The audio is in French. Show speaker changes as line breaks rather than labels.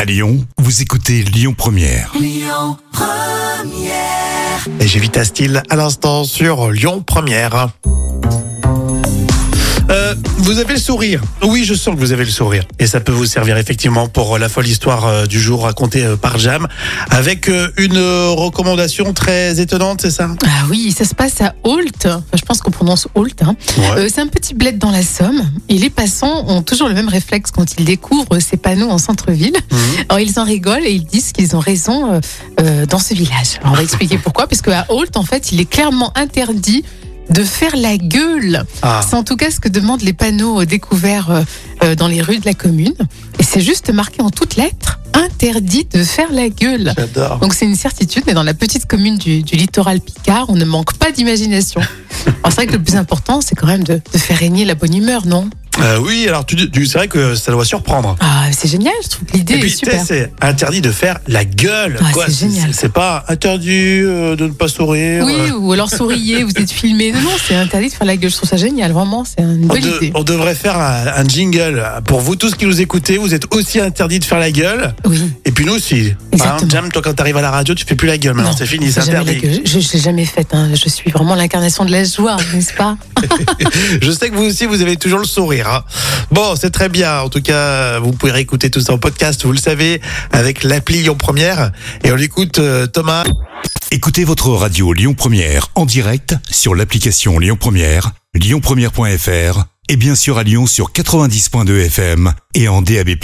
À Lyon, vous écoutez Lyon Première.
Et j'ai vite à style à l'instant sur Lyon Première. Euh, vous avez le sourire. Oui, je sens que vous avez le sourire. Et ça peut vous servir effectivement pour euh, la folle histoire euh, du jour racontée euh, par Jam, avec euh, une euh, recommandation très étonnante, c'est ça
Ah oui, ça se passe à Holt. Enfin, je pense qu'on prononce Holt. hein. Euh, c'est un petit bled dans la Somme. Et les passants ont toujours le même réflexe quand ils découvrent ces panneaux en centre-ville.
Mhm.
Alors ils en rigolent et ils disent qu'ils ont raison euh, euh, dans ce village. Alors, on va expliquer pourquoi. Parce qu'à Holt, en fait, il est clairement interdit de faire la gueule.
Ah.
C'est en tout cas ce que demandent les panneaux euh, découverts euh, euh, dans les rues de la commune. Et c'est juste marqué en toutes lettres interdit de faire la gueule.
J'adore.
Donc c'est une certitude, mais dans la petite commune du, du littoral Picard, on ne manque pas d'imagination. Alors c'est vrai que le plus important, c'est quand même de, de faire régner la bonne humeur, non
Euh, oui, alors tu, tu- c'est vrai que ça doit surprendre.
Ah, c'est génial, je trouve que l'idée
Et
est
puis, tu sais,
super.
c'est interdit de faire la gueule.
Ah,
quoi.
c'est génial.
C'est pas interdit euh, de ne pas sourire.
Oui,
euh,
ou alors souriez, vous êtes filmé. Non, non, c'est interdit de faire la gueule, je trouve ça génial, vraiment, c'est une
On,
bonne
Oh, de-
idée.
on devrait faire un, un jingle. Pour vous tous qui nous écoutez, vous êtes aussi interdit de faire la gueule.
Oui.
Et puis nous aussi. Par
Exactement.
exemple, Jam, toi quand t'arrives à la radio, tu fais plus la gueule. Maintenant, c'est fini, c'est
jamais la
interdit.
gueule. Je ne l'ai jamais faite, hein. je suis vraiment l'incarnation de la joie, n'est-ce pas
Je sais que vous aussi, vous avez toujours le sourire. hein. Bon, c'est très bien. En tout cas, vous pouvez réécouter tout ça en podcast, vous le savez, avec l'appli Lyon Première. Et on l'écoute, euh, Thomas.
Écoutez votre radio Lyon Première en direct sur l'application Lyon Première, lyonpremière.fr et bien sûr à Lyon sur 90.2 FM et en DAB+.